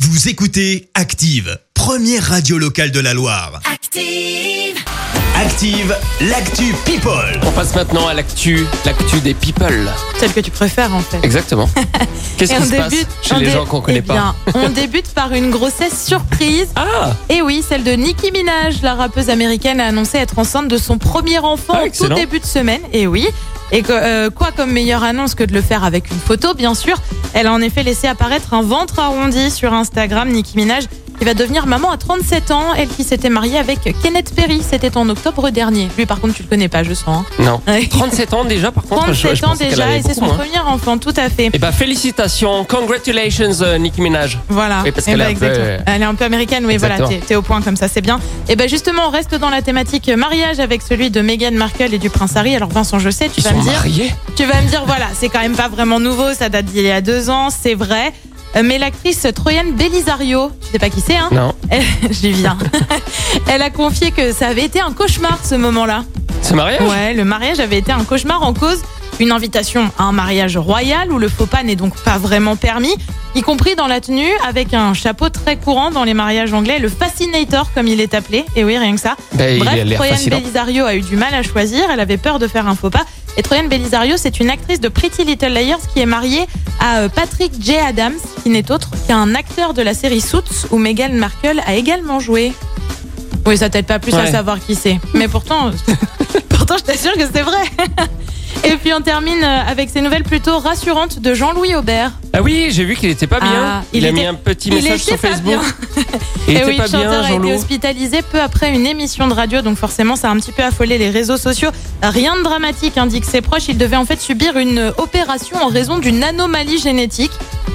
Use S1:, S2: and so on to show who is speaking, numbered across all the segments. S1: Vous écoutez Active, première radio locale de la Loire.
S2: Active.
S1: Active, l'actu People.
S3: On passe maintenant à l'actu, l'actu des people.
S4: Celle que tu préfères en fait.
S3: Exactement. Qu'est-ce
S4: Et
S3: qui
S4: on
S3: se passe
S4: débute-
S3: chez
S4: on
S3: les
S4: dé-
S3: gens qu'on connaît
S4: Eh bien, on débute par une grossesse surprise.
S3: pas Ah
S4: Et oui, celle de Nicki Minaj, la rappeuse américaine, a annoncé être enceinte de son premier enfant
S3: Ah,
S4: en tout
S3: excellent.
S4: début de semaine. Et oui. Et que, euh, quoi comme meilleure annonce que de le faire avec une photo, bien sûr. Elle a en effet laissé apparaître un ventre arrondi sur Instagram, Nicki Minaj, qui va devenir maman à 37 ans. Elle qui s'était mariée avec Kenneth Perry, c'était en octobre dernier. Lui, par contre, tu le connais pas, je sens.
S3: Non.
S4: hein.
S3: 37 ans déjà, par contre. je- je
S4: 37 ans
S3: pensais qu'elle
S4: déjà,
S3: avait
S4: et c'est
S3: beaucoup
S4: son
S3: moins.
S4: premier enfant, tout à fait.
S3: Eh ben félicitations, congratulations euh, Nicki Minaj.
S4: Voilà.
S3: Oui, parce
S4: Eh
S3: qu'elle
S4: ben,
S3: est un peu- euh,
S4: exactement. Elle est un peu américaine, oui, voilà,
S3: Exactement.
S4: t'es- t'es au point comme ça, c'est bien. Et ben justement, on reste dans la thématique mariage avec celui de Meghan Markle et du prince Harry. Alors Vincent, je sais, tu
S3: Ils
S4: vas
S3: sont
S4: me dire,
S3: mariés
S4: tu vas me dire, voilà, c'est quand même pas vraiment nouveau, ça date d'il y a deux ans, c'est vrai. Euh, Mais l'actrice Troyenne Belisario, tu sais pas qui c'est, hein
S3: Non,
S4: J'y viens. Elle a confié que ça avait été un cauchemar ce moment-là.
S3: c'est mariage
S4: Ouais, le mariage avait été un cauchemar en cause. Une invitation à un mariage royal où le faux pas n'est donc pas vraiment permis, y compris dans la tenue avec un chapeau très courant dans les mariages anglais, le fascinator comme il est appelé. Et oui, rien que ça.
S3: Ben, il a
S4: Bref,
S3: l'air
S4: Troyenne
S3: fascinant.
S4: Belisario a eu du mal à choisir, elle avait peur de faire un faux pas. Et Troyenne Belisario, c'est une actrice de Pretty Little Liars qui est mariée à euh, Patrick J. Adams, qui n'est autre qu'un acteur de la série Suits où Meghan Markle a également joué. Oui, ça t'aide pas plus à
S3: Ouais.
S4: savoir qui c'est. Mais pourtant, pourtant je t'assure que c'est vrai. Et puis on termine euh, avec ces nouvelles plutôt rassurantes de Jean-Louis Aubert.
S3: Ah oui, j'ai vu qu'il était pas bien.
S4: Ah, il
S3: a
S4: était-
S3: mis un petit
S4: il
S3: message
S4: était
S3: sur
S4: pas
S3: Facebook.
S4: bien.
S3: Il
S4: Et
S3: était
S4: Eh oui,
S3: pas
S4: le chanteur
S3: bien,
S4: a été
S3: Jean-Loup.
S4: hospitalisé peu après une émission de radio, donc forcément ça a un petit peu affolé les réseaux sociaux. Rien de dramatique, indique ses proches. Il devait en fait subir une opération en raison d'une anomalie génétique.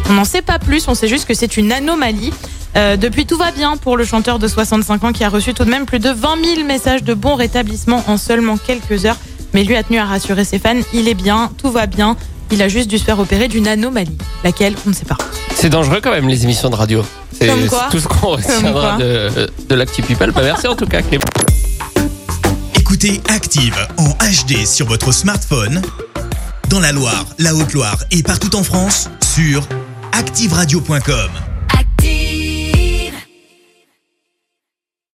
S4: On n'en sait pas plus, on sait juste que c'est une anomalie. Euh, depuis, tout va bien pour le chanteur de 65 ans qui a reçu tout de même plus de 20 000 messages de bon rétablissement en seulement quelques heures. Mais lui a tenu à rassurer ses fans, il est bien, tout va bien. Il a juste dû se faire opérer d'une anomalie, laquelle on ne sait pas.
S3: C'est dangereux quand même les émissions de radio. C'est
S4: Comme
S3: c'est
S4: quoi
S3: tout ce qu'on retiendra
S4: quoi
S3: de, de l'actu people. Bah, merci en tout cas Clément.
S1: Écoutez Active en HD sur votre smartphone, dans la Loire, la Haute-Loire et partout en France, sur activeradio.com.